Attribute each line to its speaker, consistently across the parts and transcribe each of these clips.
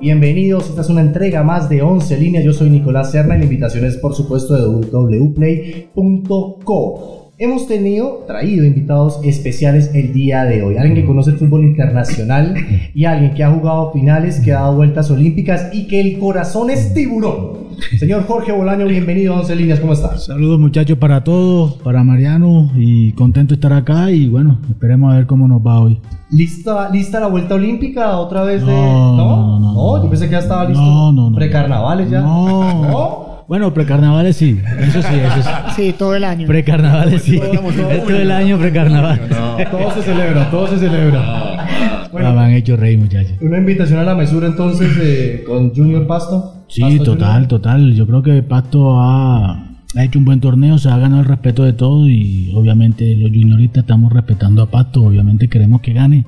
Speaker 1: Bienvenidos, esta es una entrega más de 11 líneas. Yo soy Nicolás Serna y la invitación es, por supuesto, de wplay.co. Hemos tenido, traído invitados especiales el día de hoy. Alguien que conoce el fútbol internacional y alguien que ha jugado finales, que ha dado vueltas olímpicas y que el corazón es tiburón. Señor Jorge Bolaño, bienvenido a 11 líneas, ¿cómo estás?
Speaker 2: Saludos muchachos para todos, para Mariano y contento de estar acá y bueno, esperemos a ver cómo nos va hoy.
Speaker 1: ¿Lista, lista la vuelta olímpica otra vez de.?
Speaker 2: No,
Speaker 1: ¿No?
Speaker 2: no, no,
Speaker 1: No, yo
Speaker 2: no.
Speaker 1: pensé que ya estaba listo.
Speaker 2: No, no, no.
Speaker 1: Precarnavales ya.
Speaker 2: No. Bueno, precarnavales sí, eso sí, eso sí.
Speaker 3: Sí, todo el año.
Speaker 2: Precarnavales sí. Esto del año precarnaval.
Speaker 1: Todo se celebra, todo se celebra.
Speaker 2: Ah,
Speaker 1: Bueno,
Speaker 2: me han hecho reír muchachos.
Speaker 1: una invitación a la mesura entonces eh, con Junior Pasto.
Speaker 2: Sí,
Speaker 1: Pasto
Speaker 2: total,
Speaker 1: Junior.
Speaker 2: total. Yo creo que Pasto ha, ha hecho un buen torneo, se ha ganado el respeto de todos y obviamente los junioristas estamos respetando a Pasto, obviamente queremos que gane.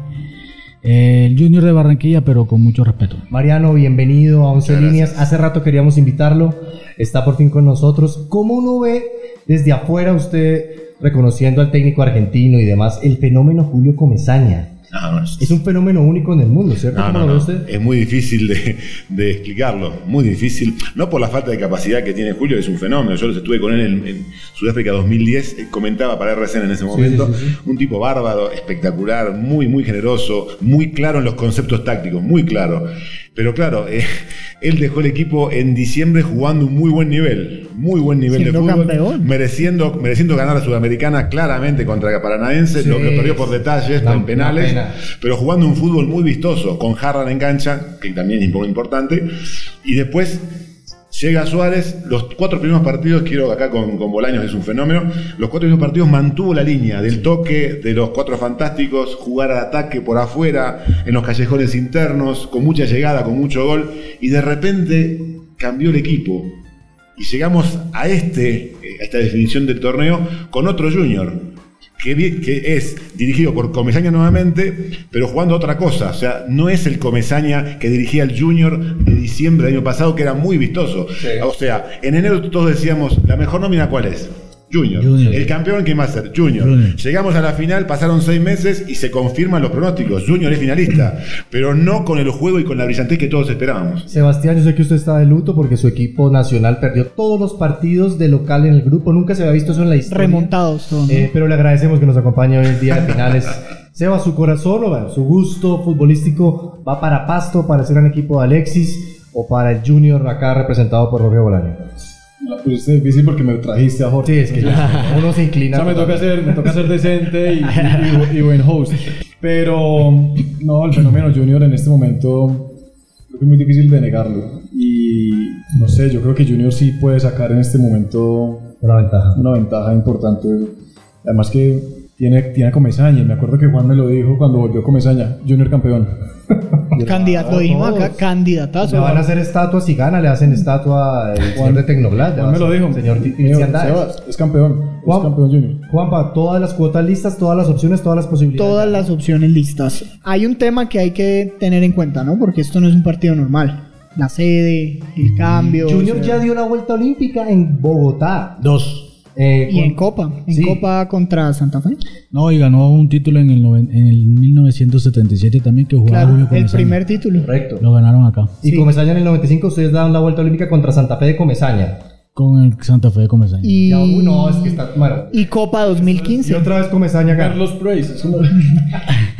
Speaker 2: eh, El junior de Barranquilla, pero con mucho respeto.
Speaker 1: Mariano, bienvenido a Once Líneas. Hace rato queríamos invitarlo. Está por fin con nosotros. ¿Cómo uno ve desde afuera usted, reconociendo al técnico argentino y demás, el fenómeno Julio Comesaña?
Speaker 4: No, no, es-
Speaker 1: Es un fenómeno único en el mundo, ¿cierto?
Speaker 4: no,
Speaker 1: ¿Cómo
Speaker 4: no,
Speaker 1: lo ve
Speaker 4: no.
Speaker 1: usted?
Speaker 4: Es muy difícil de, de explicarlo, muy difícil. No por la falta de capacidad que tiene Julio, que es un fenómeno. Yo estuve con él en, en Sudáfrica 2010, eh, comentaba para RCN en ese momento.
Speaker 1: sí, sí, sí.
Speaker 4: Un tipo bárbaro, espectacular, muy, muy generoso, muy claro en los conceptos tácticos, muy claro. Pero claro, eh, él dejó el equipo en diciembre jugando un muy buen nivel, muy buen nivel
Speaker 3: Siendo
Speaker 4: de fútbol.
Speaker 3: campeón.
Speaker 4: Mereciendo, mereciendo ganar a Sudamericana claramente contra Paranaense,
Speaker 1: Sí.
Speaker 4: lo que perdió por detalles,
Speaker 1: Una-
Speaker 4: en penales
Speaker 1: una pena.
Speaker 4: pero jugando un fútbol muy vistoso, con Harran en cancha, que también es muy importante, y después llega Suárez, los cuatro primeros partidos, quiero acá con, con Bolaños es un fenómeno, los cuatro primeros partidos mantuvo la línea del toque, de los cuatro fantásticos, jugar al ataque por afuera, en los callejones internos, con mucha llegada, con mucho gol, y de repente cambió el equipo. Y llegamos a, este, a esta definición del torneo con otro junior, que, vi- que es dirigido por Comesaña nuevamente, pero jugando a otra cosa. O sea, no es el Comesaña que dirigía el Junior de diciembre del año pasado, que era muy vistoso. O sea, en enero todos decíamos, la mejor nómina cuál es. Junior.
Speaker 2: Junior.
Speaker 4: El campeón, ¿quién va a ser? Junior.
Speaker 2: Junior.
Speaker 4: Llegamos a la final, pasaron seis meses y se confirman los pronósticos. Junior es finalista, pero no con el juego y con la brillantez que todos esperábamos.
Speaker 1: Sebastián, yo sé que usted está de luto porque su equipo nacional perdió todos los partidos de local en el grupo. Nunca se había visto eso en la historia.
Speaker 3: Remontados todos. ¿no?
Speaker 1: Eh, pero le agradecemos que nos acompañe hoy el día de finales. Seba, su corazón o bueno, su gusto futbolístico va para Pasto, para ese gran equipo de Alexis o para el Junior acá representado por Jorge Bolaño.
Speaker 5: La pusiste difícil porque me trajiste a Jorge.
Speaker 1: Sí, es que uno se
Speaker 5: O
Speaker 1: inclina.
Speaker 5: sea, me toca,
Speaker 1: totalmente.
Speaker 5: ser, me toca ser decente y, y- y- y buen host. Pero, no, el fenómeno Junior en este momento creo que es muy difícil de negarlo. Y, no sé, yo creo que Junior sí puede sacar en este momento
Speaker 1: Una ventaja.
Speaker 5: una ventaja importante. Además que tiene, tiene a Comesaña. y Me acuerdo que Juan me lo dijo cuando volvió Comesaña. Junior campeón.
Speaker 3: Candidato, lo dijimos acá,
Speaker 5: Todos.
Speaker 3: candidatazo.
Speaker 1: Le van a hacer estatua si gana, le hacen estatua el señor de Tecnoblad. le
Speaker 5: Juan me lo
Speaker 1: hacen-
Speaker 5: dijo.
Speaker 1: Señor Ti-
Speaker 5: Me dijo,
Speaker 1: Cristian Dáez.
Speaker 5: "Sebas, es campeón.
Speaker 1: Juan.
Speaker 5: Es campeón Junior.
Speaker 1: Juanpa, todas las cuotas listas, todas las opciones, todas las posibilidades.
Speaker 3: Todas las opciones listas. Hay un tema que hay que tener en cuenta, ¿no? Porque esto no es un partido normal. La sede, el cambio.
Speaker 1: Junior
Speaker 3: o sea,
Speaker 1: ya dio la vuelta olímpica en Bogotá.
Speaker 2: Dos.
Speaker 1: Eh,
Speaker 3: Y en
Speaker 1: con-
Speaker 3: Copa. En
Speaker 1: Sí.
Speaker 3: Copa contra Santa Fe.
Speaker 2: No, y ganó un título en el, noven- en el 1977 también que jugaba
Speaker 3: Claro,
Speaker 2: Julio
Speaker 3: el
Speaker 2: Comesaña.
Speaker 3: primer título.
Speaker 1: Correcto.
Speaker 2: Lo ganaron acá,
Speaker 1: Y
Speaker 3: Sí.
Speaker 1: Comesaña en el 95, ustedes dan la vuelta olímpica contra Santa Fe de Comesaña.
Speaker 2: con el Santa Fe de Comesaña.
Speaker 3: Y,
Speaker 1: Ya, uy, no, es que está. Bueno.
Speaker 3: y Copa
Speaker 1: Y
Speaker 3: 2015.
Speaker 1: otra vez Comesaña acá.
Speaker 5: Carlos Price. Es como...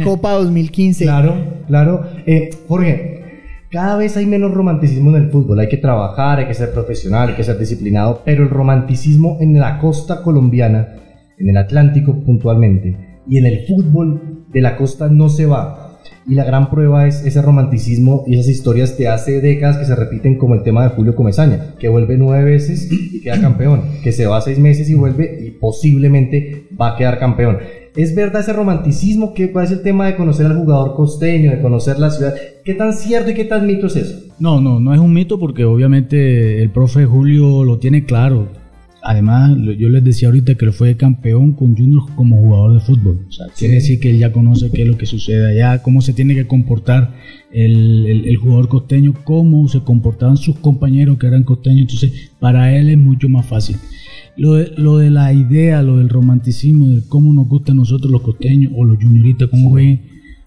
Speaker 3: Copa 2015.
Speaker 1: Claro, claro. Eh, Jorge, cada vez hay menos romanticismo en el fútbol. Hay que trabajar, hay que ser profesional, hay que ser disciplinado. Pero el romanticismo en la costa colombiana, en el Atlántico puntualmente, y en el fútbol de la costa no se va. Y la gran prueba es ese romanticismo y esas historias de hace décadas que se repiten como el tema de Julio Comesaña, que vuelve nueve veces y queda campeón, que se va seis meses y vuelve y posiblemente va a quedar campeón. ¿Es verdad ese romanticismo? que ¿Cuál es el tema de conocer al jugador costeño, de conocer la ciudad? ¿Qué tan cierto y qué tan mito es eso?
Speaker 2: No, no, no es un mito porque obviamente el profe Julio lo tiene claro. Además, lo- yo les decía ahorita que él fue campeón con Junior como jugador de fútbol. O sea, quiere decir que él ya conoce qué es lo que sucede allá, cómo se tiene que comportar el, el- el jugador costeño, cómo se comportaban sus compañeros que eran costeños. Entonces, para él es mucho más fácil. Lo de, lo de la idea, lo del romanticismo, de cómo nos gusta a nosotros los costeños o los junioristas, cómo juegan,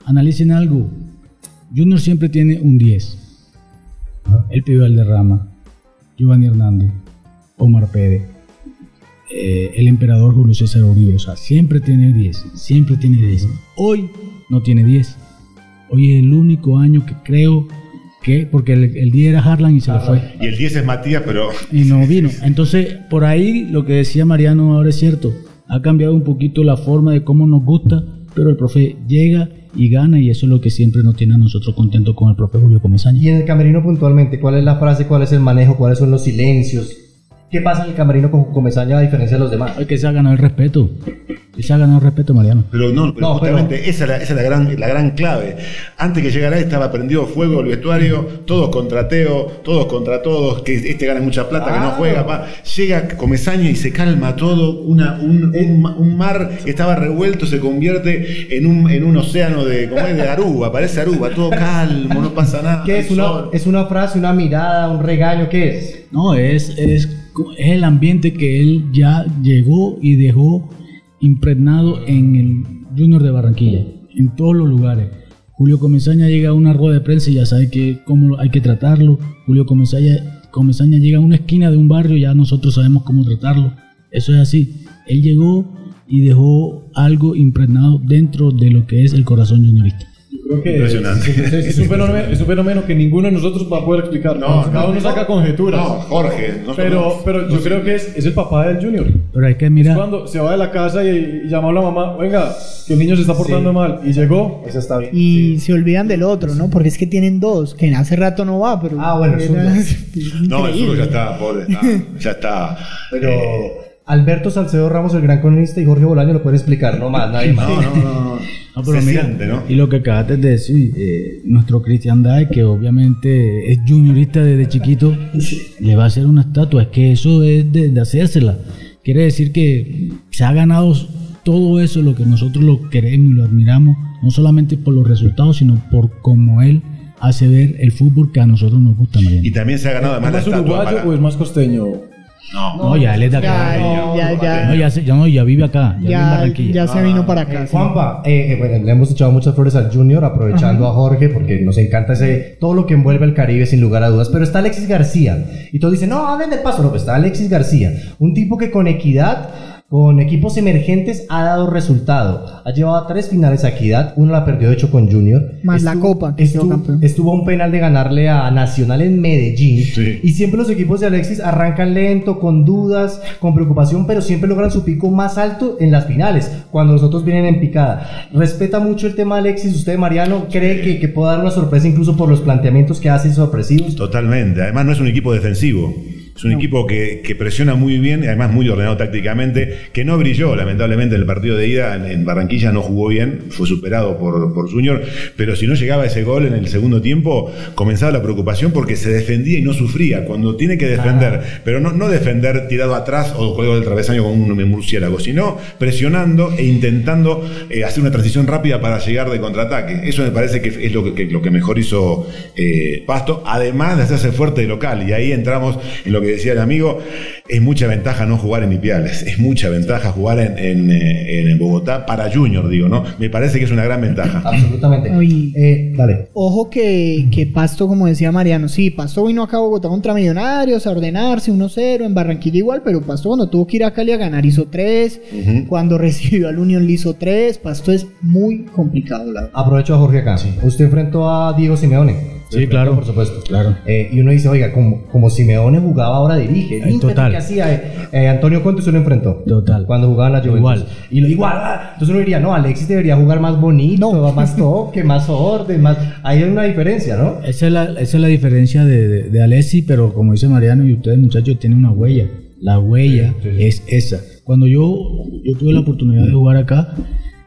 Speaker 2: analicen algo. Junior siempre tiene un 10. El Pibe Valderrama, Giovanni Hernández, Omar Pérez, eh, el emperador Julio César Uribe. O sea, siempre tiene 10, siempre tiene 10. Hoy no tiene 10. Hoy es el único año que creo que, porque el, el 10 era Harlan y se le fue
Speaker 4: Y el 10 es Matías, pero
Speaker 2: y no vino. Entonces, por ahí lo que decía Mariano ahora es cierto. Ha cambiado un poquito la forma de cómo nos gusta, pero el profe llega y gana y eso es lo que siempre nos tiene a nosotros contentos con el profe Julio Comesaña.
Speaker 1: Y en el camerino puntualmente, ¿cuál es la frase, cuál es el manejo, cuáles son los silencios? ¿Qué pasa en el camerino con Comesaña a diferencia de los demás?
Speaker 2: Ay, que se ha ganado el respeto. Que se ha ganado el respeto, Mariano.
Speaker 4: Pero no, pero
Speaker 1: No, pero-
Speaker 4: justamente esa es, la, esa es la gran, la gran clave. Antes que llegara estaba prendido fuego el vestuario, todos contra Teo, todos contra todos, que este gana mucha plata, que no juega. pa. Llega Comesaña y se calma todo, una, un, un ma- un mar que estaba revuelto se convierte en un, en un océano de, como es, de Aruba, parece Aruba, todo calmo, no pasa nada.
Speaker 1: ¿Qué es
Speaker 4: el
Speaker 1: una,
Speaker 4: sol.
Speaker 1: es una frase, una mirada, un regaño? ¿Qué es?
Speaker 2: No, es, es, es el ambiente que él ya llegó y dejó impregnado en el Junior de Barranquilla, en todos los lugares. Julio Comesaña llega a una rueda de prensa y ya sabe que, cómo hay que tratarlo. Julio Comesaña, Comesaña llega a una esquina de un barrio y ya nosotros sabemos cómo tratarlo. Eso es así. Él llegó y dejó algo impregnado dentro de lo que es el corazón juniorista.
Speaker 5: Yo creo que
Speaker 4: Impresionante.
Speaker 5: Es, es- es un fenómeno, es un fenómeno que ninguno de nosotros va a poder explicar.
Speaker 4: No,
Speaker 5: Cada
Speaker 4: no,
Speaker 5: uno
Speaker 4: no.
Speaker 5: saca conjeturas.
Speaker 4: No, Jorge, no
Speaker 5: pero pero yo creo que es, es el papá del Junior.
Speaker 2: Pero hay que mirar.
Speaker 5: Cuando se va de la casa y, y llama a la mamá, venga, que el niño se está portando mal. Y llegó.
Speaker 4: Pues
Speaker 1: Eso está bien.
Speaker 3: Y se olvidan del otro, ¿no? Porque es que tienen dos, que hace rato no va, pero.
Speaker 1: Ah, bueno, es un-
Speaker 4: No, el sur
Speaker 3: increíble.
Speaker 4: ya está, pobre, está, ya está. Eh,
Speaker 1: Pero Alberto Salcedo Ramos, el gran cronista, y Jorge Bolaño lo pueden explicar, no más, nadie más.
Speaker 4: No, no, no, no.
Speaker 2: No, pero
Speaker 4: Se
Speaker 2: mira,
Speaker 4: siente, ¿no?
Speaker 2: Y lo que acabaste de decir, eh, nuestro Cristian Dae, que obviamente es juniorista desde chiquito, le va a hacer una estatua. Es que eso es de, de hacérsela. Quiere decir que se ha ganado todo eso, lo que nosotros lo queremos y lo admiramos, no solamente por los resultados, sino por cómo él hace ver el fútbol que a nosotros nos gusta, Mariano.
Speaker 4: Y también se ha ganado además
Speaker 5: ¿Es
Speaker 4: la
Speaker 5: más
Speaker 4: estatua.
Speaker 5: uruguayo
Speaker 4: para-
Speaker 5: o es más costeño?
Speaker 4: No,
Speaker 2: No, ya él es de acá.
Speaker 3: Ya,
Speaker 4: no,
Speaker 3: ya,
Speaker 4: no,
Speaker 2: No,
Speaker 3: ya,
Speaker 2: ya, se- ya no, ya vive acá, ya, vive en
Speaker 3: ya,
Speaker 2: Barranquilla.
Speaker 3: ya se vino para acá.
Speaker 1: Eh,
Speaker 3: sí.
Speaker 1: Juanpa, eh, eh, bueno, le hemos echado muchas flores al Junior, aprovechando a Jorge, porque nos encanta ese, todo lo que envuelve el Caribe, sin lugar a dudas. Pero está Alexis García, y todos dicen, no, hablen del paso. No, pues está Alexis García, un tipo que con equidad, con equipos emergentes, ha dado resultado. Ha llevado a tres finales a equidad, uno la perdió de hecho con Junior.
Speaker 3: Más la Copa, que quedó
Speaker 1: Estuvo,
Speaker 3: campeón.
Speaker 1: estuvo a un penal de ganarle a Nacional en Medellín.
Speaker 4: Sí.
Speaker 1: Y siempre los equipos de Alexis arrancan lento, con dudas, con preocupación, pero siempre logran su pico más alto en las finales, cuando los otros vienen en picada. Respeta mucho el tema de Alexis. ¿Usted, Mariano, cree que, que puede dar una sorpresa incluso por los planteamientos que hace sorpresivos?
Speaker 4: Totalmente. Además, no es un equipo defensivo. Es un equipo que, que presiona muy bien, y además muy ordenado tácticamente, que no brilló, lamentablemente, en el partido de ida en, en Barranquilla, no jugó bien, fue superado por, por Junior, pero si no llegaba ese gol en el segundo tiempo, comenzaba la preocupación porque se defendía y no sufría, cuando tiene que defender, pero no, no defender tirado atrás o juego del travesaño con un murciélago, sino presionando e intentando eh, hacer una transición rápida para llegar de contraataque. Eso me parece que es lo que, que- lo que mejor hizo eh, Pasto, además de hacerse fuerte de local. Y ahí entramos en lo que decía el amigo, es mucha ventaja no jugar en Ipiales, es mucha ventaja jugar en, en, eh, en Bogotá para Junior, digo, ¿no? Me parece que es una gran ventaja.
Speaker 1: Absolutamente.
Speaker 3: Ay.
Speaker 1: Eh, dale.
Speaker 3: Ojo que, que Pasto, como decía Mariano, sí, Pasto vino acá a Bogotá contra Millonarios a ordenarse 1-0, en Barranquilla igual, pero Pasto cuando tuvo que ir a Cali a ganar hizo 3,
Speaker 4: Ujú.
Speaker 3: cuando recibió al Unión le hizo 3, Pasto es muy complicado, la verdad.
Speaker 1: Aprovecho a Jorge acá. Usted enfrentó a Diego Simeone.
Speaker 2: Sí, claro.
Speaker 1: Por supuesto.
Speaker 2: Claro.
Speaker 1: Eh, y uno dice, oiga, como, como Simeone jugaba, ahora dirige. El
Speaker 2: Eh,
Speaker 1: ímpetu
Speaker 2: total.
Speaker 1: que hacía eh, eh, Antonio Conte se lo enfrentó.
Speaker 2: Total.
Speaker 1: Cuando jugaba en la Juventus.
Speaker 2: Igual.
Speaker 1: Y lo, igual. ah, Entonces uno diría, no, Alexis debería jugar más bonito, más toque, más orden, más... Ahí hay una diferencia, ¿no?
Speaker 2: Esa es la, esa es la diferencia de, de, de Alessi, pero como dice Mariano y ustedes muchachos, tienen una huella. La huella es esa. Cuando yo, yo tuve la oportunidad de jugar acá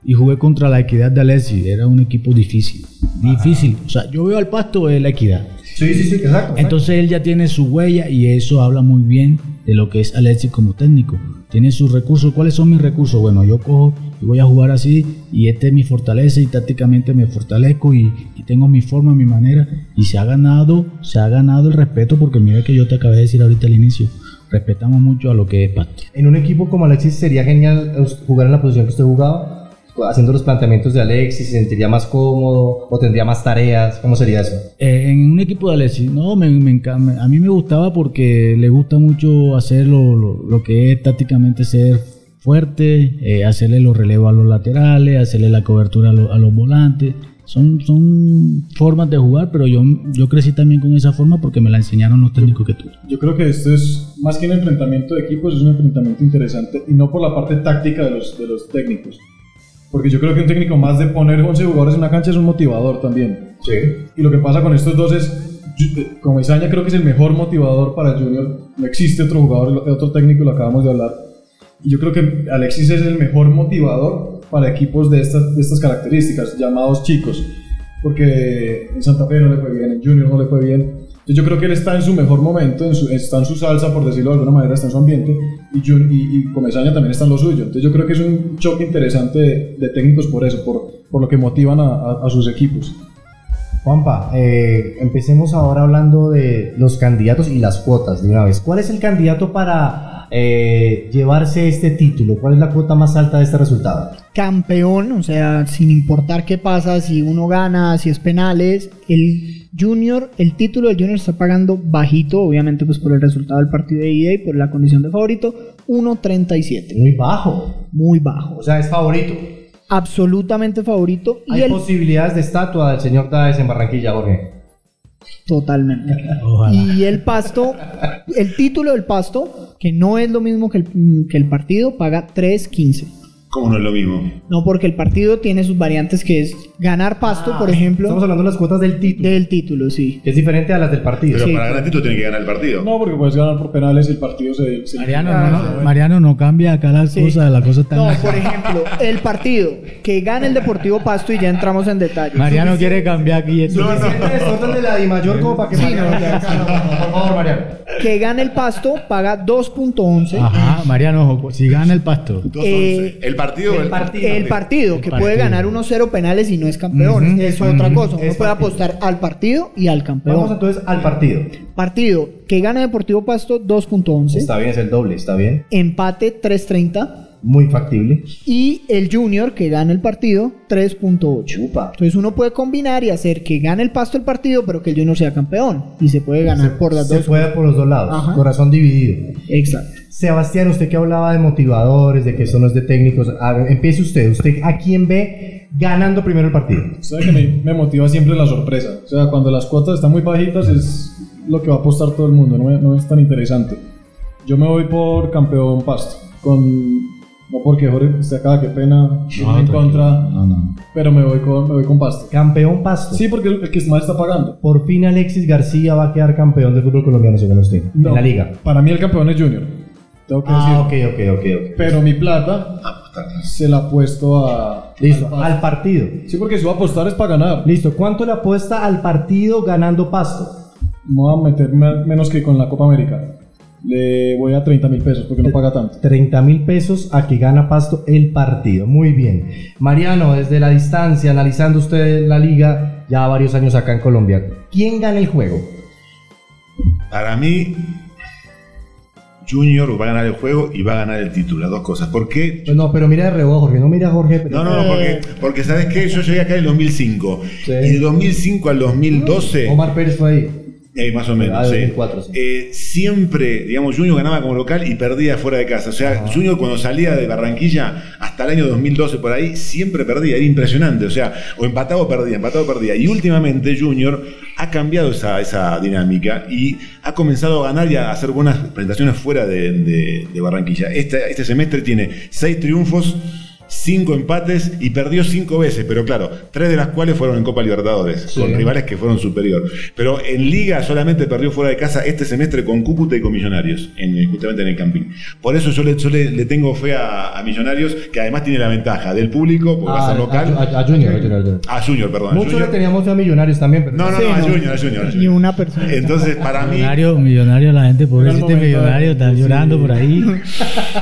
Speaker 2: y jugué contra la equidad de Alessi, era un equipo difícil. Difícil. O sea, yo veo al pasto de la equidad.
Speaker 1: Sí, sí, sí, exacto.
Speaker 2: Entonces él ya tiene su huella y eso habla muy bien de lo que es Alexis como técnico. Tiene sus recursos. ¿Cuáles son mis recursos? Bueno, yo cojo y voy a jugar así y este es mi fortaleza y tácticamente me fortalezco y, y tengo mi forma, mi manera y se ha ganado, se ha ganado el respeto porque mira que yo te acabé de decir ahorita al inicio, respetamos mucho a lo que es Pasto.
Speaker 1: en un equipo como Alexis sería genial eh, jugar en la posición que usted jugaba. haciendo los planteamientos de Alexis, se sentiría más cómodo o tendría más tareas? ¿Cómo sería eso?
Speaker 2: Eh, en un equipo de Alexis, no, me, me enca- me- a mí me gustaba porque le gusta mucho hacer lo, lo- lo que es tácticamente ser fuerte, eh, hacerle los relevos a los laterales, hacerle la cobertura a, lo- a los volantes. Son, son formas de jugar, pero yo, yo crecí también con esa forma porque me la enseñaron los técnicos que tuve.
Speaker 5: Yo creo que esto es más que un enfrentamiento de equipos, es un enfrentamiento interesante y no por la parte táctica de los, de los técnicos. Porque yo creo que un técnico más de poner 11 jugadores en una cancha es un motivador también.
Speaker 1: Sí.
Speaker 5: Y lo que pasa con estos dos es, yo- eh, como Isaña creo que es el mejor motivador para el Junior. No existe otro jugador, otro técnico, lo acabamos de hablar. Y yo creo que Alexis es el mejor motivador para equipos de estas, de estas características, llamados chicos. Porque en Santa Fe no le fue bien, en Junior no le fue bien. Entonces yo creo que él está en su mejor momento, en su- está en su salsa, por decirlo de alguna manera, está en su ambiente. Y, Jun- y, y Comesaña también está en lo suyo. Entonces yo creo que es un choque interesante de, de técnicos por eso, por, por lo que motivan a, a- a sus equipos.
Speaker 1: Juanpa, eh, empecemos ahora hablando de los candidatos y las cuotas de una vez. ¿Cuál es el candidato para eh, llevarse este título? ¿Cuál es la cuota más alta de este resultado?
Speaker 3: campeón, o sea, sin importar qué pasa, si uno gana, si es penales, el Junior, el título del Junior está pagando bajito, obviamente pues por el resultado del partido de ida y por la condición de favorito, 1.37,
Speaker 1: Muy bajo.
Speaker 3: muy bajo,
Speaker 1: O sea, es favorito.
Speaker 3: absolutamente favorito y
Speaker 1: Hay
Speaker 3: el
Speaker 1: posibilidades de estatua del señor Daes en Barranquilla, Jorge.
Speaker 3: totalmente. Y el Pasto, el título del Pasto, que no es lo mismo que el, que el partido, paga 3.15.
Speaker 4: ¿Cómo no es lo mismo?
Speaker 3: No, porque el partido tiene sus variantes que es ganar Pasto, por ejemplo,
Speaker 1: Ah, Estamos hablando de las cuotas del título,
Speaker 3: del título, sí.
Speaker 1: que es diferente a las del partido.
Speaker 4: Pero
Speaker 3: Sí,
Speaker 4: para ganar título tiene que ganar el partido.
Speaker 5: No, porque puedes ganar por penales y el partido se... se
Speaker 2: Mariano, no, no, Mariano, no cambia acá las
Speaker 3: Sí.
Speaker 2: cosas, la cosa está...
Speaker 3: No, pues, por ejemplo, el partido que gana el Deportivo Pasto y ya entramos en detalle.
Speaker 2: Mariano quiere cambiar aquí. esto.
Speaker 1: Suficiente desorden de la Di Mayor como para que Mariano- Por favor, Mariano.
Speaker 3: Que gana el Pasto paga 2.11.
Speaker 2: Ajá, Mariano, pues, si gana el pasto.
Speaker 4: Dos
Speaker 3: Eh,
Speaker 4: once. el partido.
Speaker 1: el
Speaker 4: el-
Speaker 1: partido.
Speaker 3: El partido, que
Speaker 2: El
Speaker 3: puede
Speaker 2: partido.
Speaker 3: ganar 1-0 penales y no es campeón.
Speaker 2: Ujú,
Speaker 3: Eso es
Speaker 2: ujú.
Speaker 3: otra cosa. Uno
Speaker 1: Es
Speaker 3: puede
Speaker 1: partido.
Speaker 3: apostar al partido y al
Speaker 1: Vamos
Speaker 3: campeón.
Speaker 1: entonces al partido.
Speaker 3: Partido que gana Deportivo Pasto 2.11.
Speaker 1: Está bien, es el doble, está bien.
Speaker 3: Empate 3.30.
Speaker 1: Muy factible.
Speaker 3: Y el Junior que gana el partido 3.8.
Speaker 1: Chupa.
Speaker 3: Entonces uno puede combinar y hacer que gane el Pasto el partido, pero que el Junior sea campeón. Y se puede ganar por las
Speaker 1: Se
Speaker 3: dos.
Speaker 1: puede por los dos lados.
Speaker 3: Ajá.
Speaker 1: Corazón dividido.
Speaker 3: Exacto.
Speaker 1: Sebastián, usted que hablaba de motivadores, de que son los de técnicos. A ver, empiece usted. ¿Usted a quién ve ganando primero el partido?
Speaker 5: ¿Sabe que me, me motiva siempre la sorpresa? O sea, cuando las cuotas están muy bajitas es lo que va a apostar todo el mundo, no, me- no es tan interesante. Yo me voy por campeón Pasto, con... No porque Jorge se acaba, qué pena, irme en contra,
Speaker 2: No, no.
Speaker 5: pero me voy, con, me voy con Pasto.
Speaker 1: Campeón Pasto.
Speaker 5: Sí, porque el el que más está pagando.
Speaker 1: Por fin Alexis García va a quedar campeón del fútbol colombiano, según usted.
Speaker 5: No,
Speaker 1: En la liga.
Speaker 5: Para mí el campeón es Junior, tengo que decir.
Speaker 1: Ah, ok, ok, ok. ok.
Speaker 5: Pero mi plata
Speaker 4: Ah, pues
Speaker 5: se la apuesto a...
Speaker 1: Listo,
Speaker 5: al Pasto.
Speaker 1: al partido.
Speaker 5: Sí, porque si voy a apostar es para ganar.
Speaker 1: Listo, ¿cuánto le apuesta al partido ganando Pasto?
Speaker 5: Me voy a meter me- menos que con la Copa América. Le voy a 30 mil pesos porque no paga tanto.
Speaker 1: 30 mil pesos a que gana Pasto el partido. Muy bien. Mariano, desde la distancia, analizando usted la liga, ya varios años acá en Colombia, ¿quién gana el juego?
Speaker 4: Para mí, Junior va a ganar el juego y va a ganar el título. Las dos cosas. ¿Por qué?
Speaker 1: Pues no, pero mira de reojo, Jorge, no mira a Jorge. pero-
Speaker 4: No, no, no, porque, porque ¿sabes qué? Yo llegué acá en el 2005.
Speaker 1: Eh. Sí.
Speaker 4: Y de 2005 al 2012.
Speaker 1: Eh, Omar Pérez fue ahí.
Speaker 4: Eh, más o
Speaker 1: Ah,
Speaker 4: menos, sí.
Speaker 1: 2004, sí.
Speaker 4: Eh, siempre, digamos, Junior ganaba como local y perdía fuera de casa. O sea, Junior cuando salía de Barranquilla hasta el año 2012 por ahí, siempre perdía. Era impresionante. O sea, o empataba o perdía, empataba o perdía. Y últimamente Junior ha cambiado esa, esa dinámica y ha comenzado a ganar y a hacer buenas presentaciones fuera de, de- de Barranquilla. Este, este semestre tiene seis triunfos. Cinco empates y perdió cinco veces, pero claro, tres de las cuales fueron en Copa Libertadores,
Speaker 1: Sí.
Speaker 4: con rivales que fueron superior. Pero en Liga solamente perdió fuera de casa este semestre con Cúcuta y con Millonarios, en- justamente en el Campín. Por eso yo le, yo le- le tengo fe a, a Millonarios, que además tiene la ventaja del público, porque va a
Speaker 1: Ah,
Speaker 4: ser local.
Speaker 1: a- a Junior, a Junior, a Junior.
Speaker 4: A, Junior, perdón. a
Speaker 1: Muchos le
Speaker 4: Junior.
Speaker 1: teníamos fe a Millonarios también, pero
Speaker 4: No, no,
Speaker 3: Sí,
Speaker 4: no, a
Speaker 3: no.
Speaker 4: Junior, a Junior. a
Speaker 3: Ni
Speaker 4: Junior.
Speaker 3: una persona.
Speaker 4: Entonces, para mí,
Speaker 2: Millonario, millonario, la gente pobrecita
Speaker 5: momento,
Speaker 2: millonario, está
Speaker 5: sí.
Speaker 2: llorando por ahí.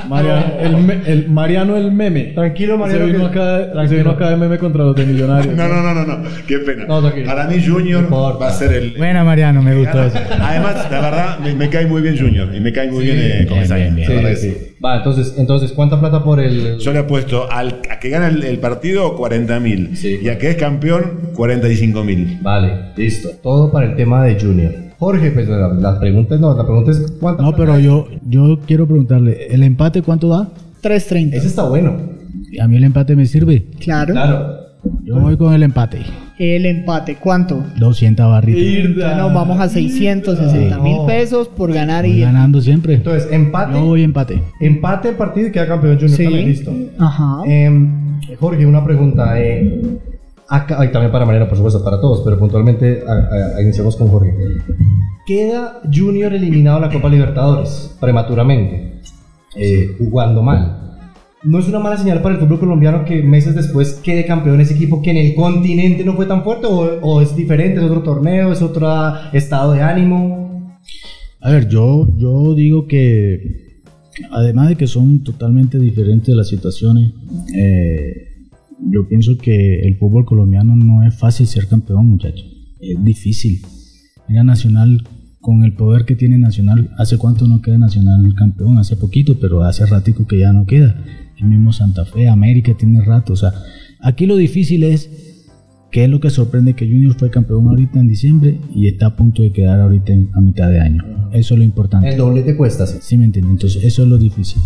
Speaker 5: Mariano el, me- el- Mariano el meme.
Speaker 1: Tranquilo,
Speaker 5: Se
Speaker 1: Mariano.
Speaker 5: vino,
Speaker 1: que-
Speaker 5: acá, se vino acá de meme contra los de Millonarios.
Speaker 4: No, no, no, no, no. Qué pena.
Speaker 1: No, tranquilo.
Speaker 4: Para mí Junior
Speaker 1: No importa.
Speaker 4: va a ser el...
Speaker 2: Buena, Mariano, me gustó eso.
Speaker 4: Además, la verdad, me, me cae muy bien Junior y me cae muy bien eh, Comesaña,
Speaker 2: bien, bien.
Speaker 4: la verdad
Speaker 1: Sí,
Speaker 4: que
Speaker 1: sí.
Speaker 4: sí.
Speaker 1: Va, entonces, entonces, ¿cuánta plata por el...?
Speaker 4: Yo le apuesto al, a que gana el, el partido 40 mil
Speaker 1: Sí.
Speaker 4: y a que es campeón 45 mil.
Speaker 1: Vale, listo. Todo para el tema de Junior. Jorge, pues la, la pregunta es no, la pregunta es ¿cuánta
Speaker 2: No,
Speaker 1: plata?
Speaker 2: pero yo, yo quiero preguntarle, ¿el empate cuánto da?
Speaker 3: 3.30.
Speaker 1: Ese está bueno.
Speaker 2: A mí el empate me sirve.
Speaker 3: Claro.
Speaker 1: Claro.
Speaker 2: Yo voy con el empate.
Speaker 3: El empate, ¿cuánto?
Speaker 2: 200 barritas.
Speaker 5: Irda.
Speaker 3: Ya nos vamos a 660 mil
Speaker 1: No.
Speaker 3: pesos por ganar
Speaker 2: Voy
Speaker 3: y.
Speaker 2: ganando siempre.
Speaker 1: Entonces, empate,
Speaker 2: Yo voy empate.
Speaker 1: empate el partido y queda campeón Junior
Speaker 3: Sí.
Speaker 1: también, listo.
Speaker 3: Ajá.
Speaker 1: Em, Jorge, una pregunta. eh, acá- y también para Mariano, por supuesto, para todos, pero puntualmente a- a- iniciamos con Jorge. ¿Queda Junior eliminado de la Copa Libertadores prematuramente, eh, jugando mal? ¿No es una mala señal para el fútbol colombiano que meses después quede campeón ese equipo que en el continente no fue tan fuerte? ¿O, o es diferente? ¿Es otro torneo? ¿Es otro estado de ánimo?
Speaker 2: A ver, yo, yo digo que además de que son totalmente diferentes las situaciones, eh, yo pienso que el fútbol colombiano no es fácil ser campeón, muchachos. Es difícil. Mira, Nacional, con el poder que tiene Nacional, ¿hace cuánto no queda Nacional campeón? Hace poquito, pero hace ratico que ya no queda. El mismo Santa Fe, América tiene rato. O sea, aquí lo difícil es que es lo que sorprende que Junior fue campeón ahorita en diciembre y está a punto de quedar ahorita en- a mitad de año. Eso es lo importante.
Speaker 1: El doblete cuesta, sí.
Speaker 2: ¿Sí me entienden? Entonces, eso es lo difícil.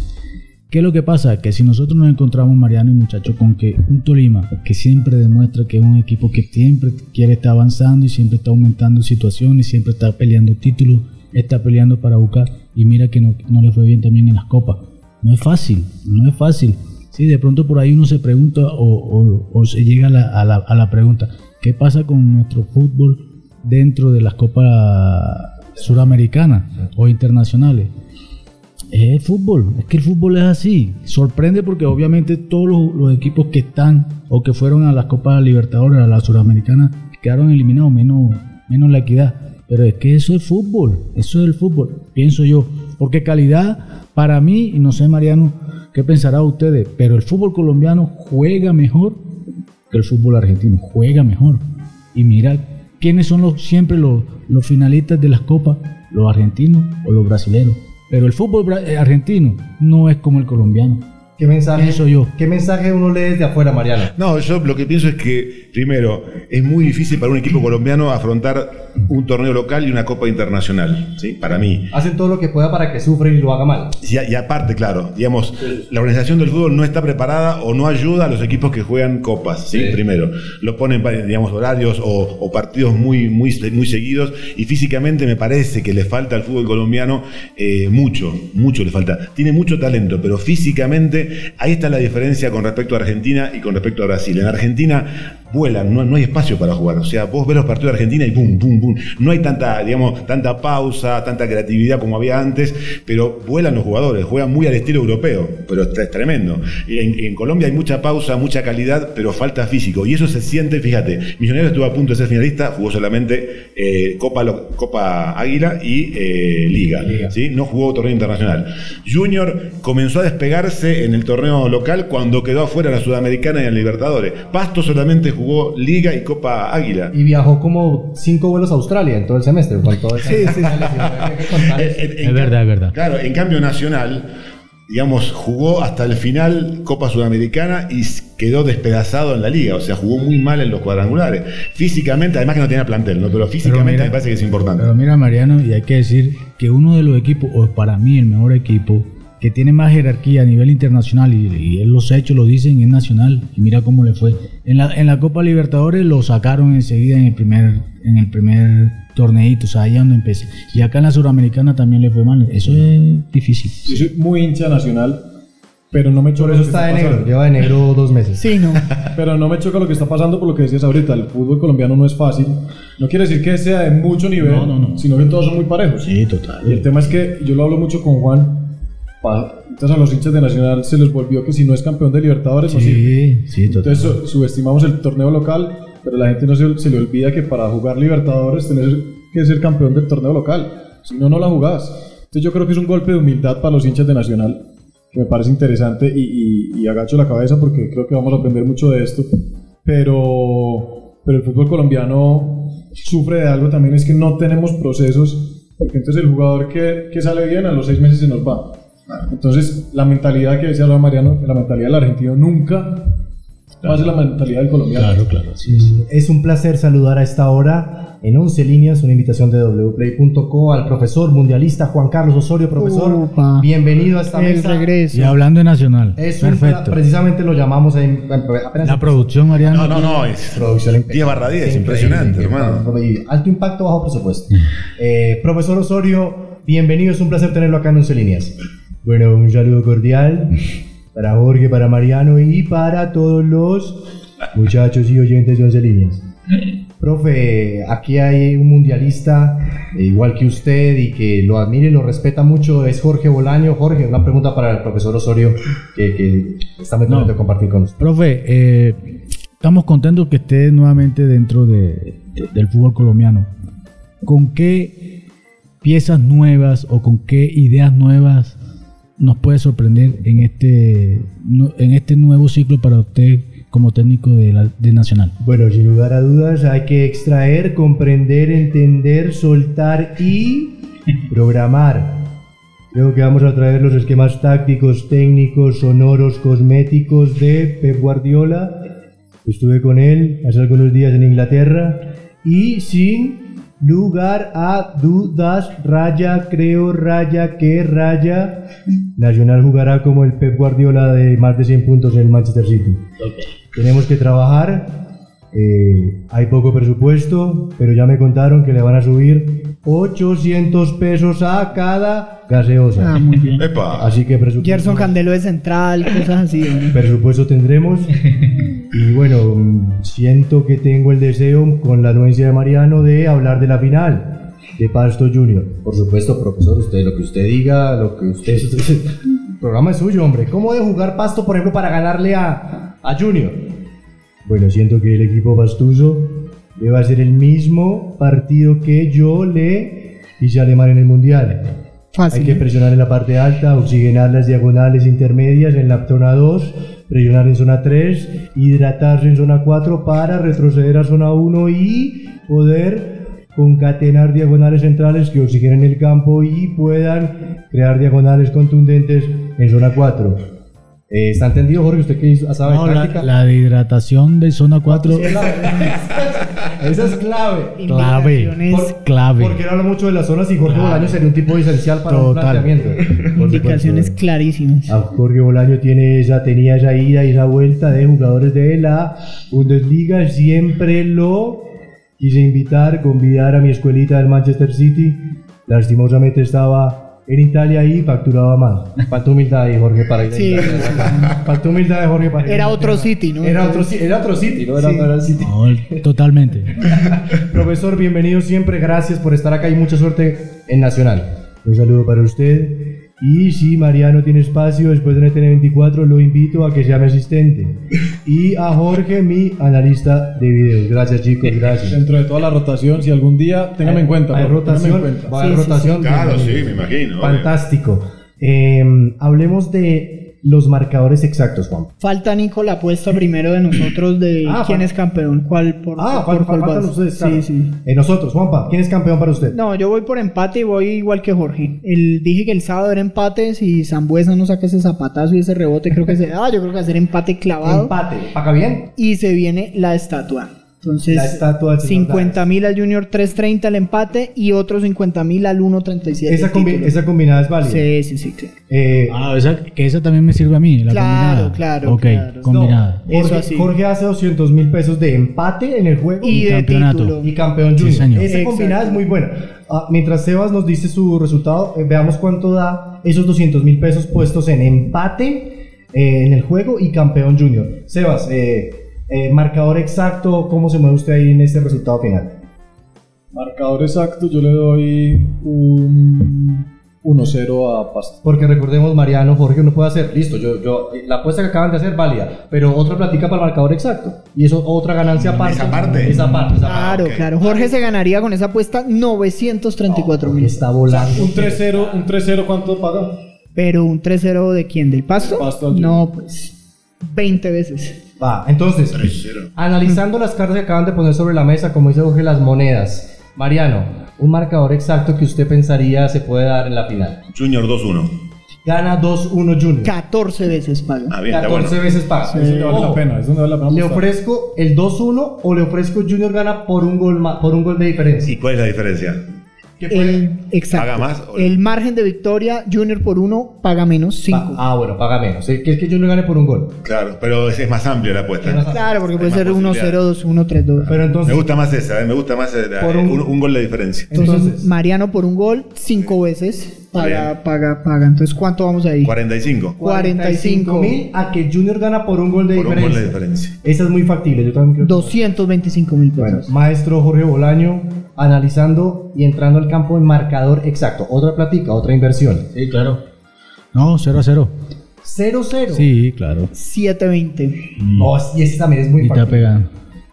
Speaker 2: ¿Qué es lo que pasa? Que si nosotros nos encontramos, Mariano y muchachos, con que un Tolima, que siempre demuestra que es un equipo que siempre quiere estar avanzando y siempre está aumentando situaciones, siempre está peleando títulos, está peleando para buscar, y mira que no, no le fue bien también en las copas. No es fácil, no es fácil. Sí, de pronto por ahí uno se pregunta o, o- o se llega a la, a la- a la pregunta, ¿qué pasa con nuestro fútbol dentro de las copas suramericanas o internacionales? Es el fútbol, es que el fútbol es así. Sorprende porque obviamente todos los, los equipos que están o que fueron a las Copas Libertadores, a la Suramericana, quedaron eliminados, menos, menos la equidad. Pero es que eso es fútbol, eso es el fútbol, pienso yo. Porque calidad, para mí, y no sé Mariano, qué pensará ustedes, pero el fútbol colombiano juega mejor que el fútbol argentino, juega mejor. Y mira, ¿quiénes son los, siempre los, los finalistas de las copas? Los argentinos o los brasileños. Pero el fútbol bra- eh, argentino no es como el colombiano.
Speaker 1: ¿Qué mensaje,
Speaker 2: Pienso yo.
Speaker 1: ¿Qué mensaje uno lee desde afuera, Mariano?
Speaker 4: No, yo lo que pienso es que, primero, es muy difícil para un equipo colombiano afrontar un torneo local y una copa internacional, ¿sí? Para mí.
Speaker 1: Hacen todo lo que pueda para que sufra y lo haga mal.
Speaker 4: Y, a- y aparte, claro, digamos, la organización del fútbol no está preparada o no ayuda a los equipos que juegan copas, ¿sí? Primero, lo ponen, para, digamos, horarios o, o partidos muy, muy, muy seguidos y físicamente me parece que le falta al fútbol colombiano eh, mucho, mucho le falta. Tiene mucho talento, pero físicamente ahí está la diferencia con respecto a Argentina y con respecto a Brasil. En Argentina vuelan, no, no hay espacio para jugar. O sea, vos ves los partidos de Argentina y boom, boom, boom. No hay tanta, digamos, tanta pausa, tanta creatividad como había antes, pero vuelan los jugadores, juegan muy al estilo europeo, pero es es tremendo. Y En, en Colombia hay mucha pausa, mucha calidad, pero falta físico. Y eso se siente, fíjate, Millonarios estuvo a punto de ser finalista, jugó solamente eh, Copa, Lo- Copa Águila y eh, Liga.
Speaker 1: Liga.
Speaker 4: ¿sí? No jugó torneo internacional. Junior comenzó a despegarse en el torneo local cuando quedó afuera en la Sudamericana y en Libertadores. Pasto solamente jugó Liga y Copa Águila.
Speaker 2: Mm.
Speaker 1: Y viajó como cinco vuelos a Australia en todo el semestre. con todo el-
Speaker 4: Eh, eh, en
Speaker 2: Es verdad, es verdad.
Speaker 4: Claro, en cambio Nacional, digamos, jugó hasta el final Copa Sudamericana y s- quedó despedazado en la liga, o sea, jugó muy mal en los cuadrangulares. Físicamente, además que no tenía plantel, ¿no? pero físicamente
Speaker 2: mira-
Speaker 4: me parece que es importante.
Speaker 2: Pero mira, Mariano, y hay que decir que uno de los equipos, o para mí el mejor equipo, que tiene más jerarquía a nivel internacional, y, y él los hechos lo dicen, es Nacional, y mira cómo le fue. En la, en la Copa Libertadores lo sacaron enseguida en el primer, en el primer torneito, o sea, ahí es donde empecé. Y acá en la Suramericana también le fue mal, eso es difícil.
Speaker 5: Yo soy muy hincha nacional, pero no me choca
Speaker 1: Por eso
Speaker 5: lo que
Speaker 1: está de
Speaker 5: pasando.
Speaker 1: negro. Lleva de negro dos meses.
Speaker 3: Sí, no.
Speaker 5: Pero no me choca lo que está pasando por lo que decías ahorita. El fútbol colombiano no es fácil. No quiere decir que sea de mucho nivel,
Speaker 2: No, no, no.
Speaker 5: sino que todos son muy parejos.
Speaker 2: Sí,
Speaker 5: Y el
Speaker 2: total.
Speaker 5: tema es que yo lo hablo mucho con Juan. pa- Entonces a los hinchas de Nacional se les volvió que si no es campeón de Libertadores no sirve.
Speaker 2: Sí, sí, total.
Speaker 5: Entonces su- subestimamos el torneo local, pero la gente no se, se le olvida que para jugar Libertadores tenés que ser campeón del torneo local. Si no, no la jugás. Entonces yo creo que es un golpe de humildad para los hinchas de Nacional. que me parece interesante y, y- y agacho la cabeza porque creo que vamos a aprender mucho de esto. Pero, pero el fútbol colombiano sufre de algo también, es que no tenemos procesos, porque entonces el jugador que, que sale bien a los seis meses se nos va. Entonces, la mentalidad que decía ahora Mariano, la mentalidad del argentino nunca va a ser la mentalidad del colombiano.
Speaker 2: Claro, claro, sí, sí.
Speaker 1: Es un placer saludar a esta hora en 11 líneas, una invitación de wplay.co al profesor mundialista Juan Carlos Osorio. Profesor,
Speaker 3: Upa.
Speaker 1: bienvenido a esta
Speaker 3: El
Speaker 1: mesa.
Speaker 2: Y
Speaker 3: regreso.
Speaker 2: hablando de Nacional,
Speaker 1: Es un
Speaker 2: perfecto.
Speaker 1: pla- precisamente lo llamamos ahí, apenas
Speaker 2: La producción, Mariano.
Speaker 4: No, no, no, es
Speaker 1: producción impecable.
Speaker 4: 10 barra 10,
Speaker 1: Increíble,
Speaker 4: impresionante,
Speaker 1: increíble.
Speaker 4: hermano.
Speaker 1: Alto impacto, bajo presupuesto. Eh, profesor Osorio, bienvenido, es un placer tenerlo acá en Once Líneas. Bueno, un saludo cordial para Jorge, para Mariano y para todos los muchachos y oyentes de Once Líneas. Profe, aquí hay un mundialista eh, igual que usted y que lo admira y lo respeta mucho, es Jorge Bolaño. Jorge, una pregunta para el profesor Osorio que, que está muy contento de compartir con usted.
Speaker 2: Profe, eh, estamos contentos que esté nuevamente dentro de- de- del fútbol colombiano. ¿Con qué piezas nuevas o con qué ideas nuevas nos puede sorprender en este, nu- en este nuevo ciclo para usted como técnico de, la- de Nacional?
Speaker 1: Bueno, sin lugar a dudas, hay que extraer, comprender, entender, soltar y programar. Creo que vamos a traer los esquemas tácticos, técnicos, sonoros, cosméticos de Pep Guardiola. Estuve con él hace algunos días en Inglaterra y sin lugar a dudas, raya, creo, raya, que raya. Nacional jugará como el Pep Guardiola de más de 100 puntos en el Manchester City tenemos que trabajar. eh, hay poco presupuesto, pero ya me contaron que le van a subir 800 pesos a cada gaseosa.
Speaker 3: Ah, muy bien.
Speaker 4: Epa,
Speaker 1: Así que presupuesto,
Speaker 3: Gerson Candelo de central, cosas así. ¿no?
Speaker 1: presupuesto tendremos. Y bueno, mm, siento que tengo el deseo, con la anuencia de Mariano, de hablar de la final de Pasto Junior. Por supuesto, profesor, usted lo que usted diga, lo que usted... El programa es suyo, hombre. ¿Cómo de jugar Pasto, por ejemplo, para ganarle a, a Junior? Bueno, siento que el equipo pastuso le va a ser el mismo partido que yo le hice a Alemán en el Mundial. Hay
Speaker 3: Fácil.
Speaker 1: que presionar en la parte alta, oxigenar las diagonales intermedias en la zona 2, presionar en zona 3, hidratarse en zona 4 para retroceder a zona 1 y poder concatenar diagonales centrales que oxigenen el campo y puedan crear diagonales contundentes en zona 4. Eh, ¿Está entendido, Jorge? ¿Usted qué hizo? ¿Sabe
Speaker 2: No, la,
Speaker 1: táctica?
Speaker 2: la de hidratación de zona 4,
Speaker 1: Esa es clave.
Speaker 2: clave,
Speaker 3: Indicaciones-
Speaker 1: Por-
Speaker 2: clave.
Speaker 1: Porque él habla mucho de las zonas y Jorge
Speaker 2: Clave.
Speaker 1: Bolaño sería un tipo esencial para un
Speaker 2: Total.
Speaker 1: planteamiento. Por supuesto.
Speaker 3: Indicaciones clarísimas.
Speaker 1: A Ah, Jorge Bolaño tiene esa, tenía esa ida y esa vuelta de jugadores de la Bundesliga. Siempre lo quise invitar, convidar a mi escuelita del Manchester City. Lastimosamente estaba en Italia y facturaba más. Falta humildad ahí, Jorge, para ir a
Speaker 3: Sí.
Speaker 1: Inglaterra. Falta humildad de Jorge para ir a
Speaker 3: Era otro
Speaker 1: Inglaterra.
Speaker 3: City, ¿no?
Speaker 1: Era otro, ci- era otro City, ¿no? Era,
Speaker 3: Sí.
Speaker 1: no era el City.
Speaker 2: No, totalmente.
Speaker 1: Profesor, bienvenido siempre, gracias por estar acá y mucha suerte en Nacional. Un saludo para usted. Y si Mariano tiene espacio después de NTN24, lo invito a que sea mi asistente. Y a Jorge, mi analista de videos. Gracias, chicos, gracias.
Speaker 5: Dentro de toda la rotación, si algún día, téngame en cuenta.
Speaker 1: Hay
Speaker 5: por favor, téngame
Speaker 1: rotación.
Speaker 5: en cuenta.
Speaker 1: va a haber
Speaker 3: Sí, sí, sí.
Speaker 1: rotación.
Speaker 4: claro, sí,
Speaker 1: Bienvenido.
Speaker 4: me imagino. obvio.
Speaker 1: Fantástico. Eh, hablemos de los marcadores exactos, Juan.
Speaker 3: Falta Nico la apuesta primero de nosotros de
Speaker 1: Ah,
Speaker 3: quién
Speaker 1: fal-
Speaker 3: es campeón, cuál por,
Speaker 1: Ah,
Speaker 3: por
Speaker 1: fal-
Speaker 3: cuál
Speaker 1: faltan
Speaker 3: vas.
Speaker 1: ustedes,
Speaker 3: Sí,
Speaker 1: claro.
Speaker 3: sí.
Speaker 1: Eh, nosotros, Juanpa, ¿quién es campeón para usted?
Speaker 3: No, yo voy por empate y voy igual que Jorge. El, dije que el sábado era empate. Si Zambuesa no saca ese zapatazo y ese rebote, creo que se da. Yo creo que va a ser empate clavado.
Speaker 1: Empate. ¿Paga bien?
Speaker 3: Y se viene la estatua. Entonces,
Speaker 1: La estatua del señor
Speaker 3: 50 mil al Junior 3.30 el empate y otros 50 mil al 1.37.
Speaker 1: Esa,
Speaker 3: el
Speaker 1: combi-
Speaker 3: título.
Speaker 1: esa combinada es válida.
Speaker 3: Sí, sí, sí. claro.
Speaker 1: Eh,
Speaker 2: Ah, esa, que esa también me sirve a mí, la
Speaker 3: Claro,
Speaker 2: combinada.
Speaker 3: claro,
Speaker 2: Ok,
Speaker 3: claro.
Speaker 2: combinada.
Speaker 1: Jorge,
Speaker 3: Eso así.
Speaker 1: Jorge hace 200 mil pesos de empate en el juego
Speaker 3: Y
Speaker 1: y,
Speaker 3: de
Speaker 2: campeonato.
Speaker 3: título.
Speaker 1: campeón
Speaker 2: Sí,
Speaker 1: junior.
Speaker 2: señor.
Speaker 1: Esa
Speaker 3: Exacto.
Speaker 1: combinada es muy buena. Ah, mientras Sebas nos dice su resultado, eh, veamos cuánto da esos 200 mil pesos puestos en empate eh, en el juego y campeón junior. Sebas, eh, eh, marcador exacto, ¿cómo se mueve usted ahí en este resultado final?
Speaker 5: Marcador exacto, yo le doy un 1-0 a Pasto.
Speaker 1: Porque recordemos, Mariano, Jorge, uno puede hacer, listo, yo, yo, eh, la apuesta que acaban de hacer, válida, pero otra platica para el marcador exacto. Y eso, otra ganancia aparte.
Speaker 4: ¿Esa parte?
Speaker 1: Mm, Esa parte, esa parte.
Speaker 3: Claro,
Speaker 4: ok.
Speaker 3: claro. Jorge se ganaría con esa apuesta 934 mil.
Speaker 1: Está volando.
Speaker 5: Un 3-0, un 3-0, ¿cuánto paga?
Speaker 3: Pero un 3-0 de quién? ¿Del Pasto?
Speaker 5: Pasto al
Speaker 3: no, pues 20 veces.
Speaker 1: Va, entonces,
Speaker 4: 3-0.
Speaker 1: analizando las cartas que acaban de poner sobre la mesa, como dice Jorge, las monedas. Mariano, un marcador exacto que usted pensaría se puede dar en la final.
Speaker 4: Junior 2-1.
Speaker 1: Gana 2-1 Junior.
Speaker 3: 14 veces pago.
Speaker 4: Ah, bien, está
Speaker 1: 14
Speaker 4: bueno.
Speaker 1: veces paga.
Speaker 5: Es donde vale la
Speaker 1: Ojo,
Speaker 5: pena, es donde vale la pena.
Speaker 1: ¿Le
Speaker 5: apostar.
Speaker 1: ofrezco el 2-1 o le ofrezco Junior gana por un gol, ma- por un gol de diferencia?
Speaker 4: ¿Y cuál es la diferencia?
Speaker 1: ¿Qué puede-
Speaker 3: El, exacto.
Speaker 4: ¿Paga más o-
Speaker 3: El margen de victoria, Junior por 1 paga menos 5.
Speaker 1: Pa- ah, bueno, paga menos. Eh, Que es que Junior gane por un gol.
Speaker 4: Claro, pero es, es más amplia la
Speaker 1: Es más
Speaker 4: apuesta.
Speaker 1: amplia.
Speaker 3: claro, porque
Speaker 4: hay
Speaker 3: puede
Speaker 4: más
Speaker 3: ser 1-0, 2-1, 3-2.
Speaker 1: Pero
Speaker 4: Me
Speaker 1: entonces,
Speaker 4: gusta más esa, eh, me gusta más eh, la-
Speaker 1: Por un-
Speaker 4: un, un gol de diferencia.
Speaker 3: Entonces,
Speaker 1: Entonces-
Speaker 3: Mariano por un gol, 5 veces paga,
Speaker 4: Bien.
Speaker 3: paga, paga. Entonces, ¿cuánto vamos ahí?
Speaker 4: 45.
Speaker 3: 45
Speaker 1: mil a que Junior gana por un gol de
Speaker 4: Por un
Speaker 1: diferencia.
Speaker 4: gol de diferencia.
Speaker 1: Esa es muy factible, yo también creo. que-
Speaker 3: 225 mil pesos.
Speaker 1: Bueno, maestro Jorge Bolaño, analizando y entrando al campo en marcador exacto. Otra platica, otra inversión.
Speaker 2: Sí, claro. No, 0 a 0.
Speaker 1: 0-0.
Speaker 2: Sí, claro.
Speaker 3: 720.
Speaker 1: No, y ese también es muy
Speaker 2: Y está
Speaker 1: factible.
Speaker 2: pegando.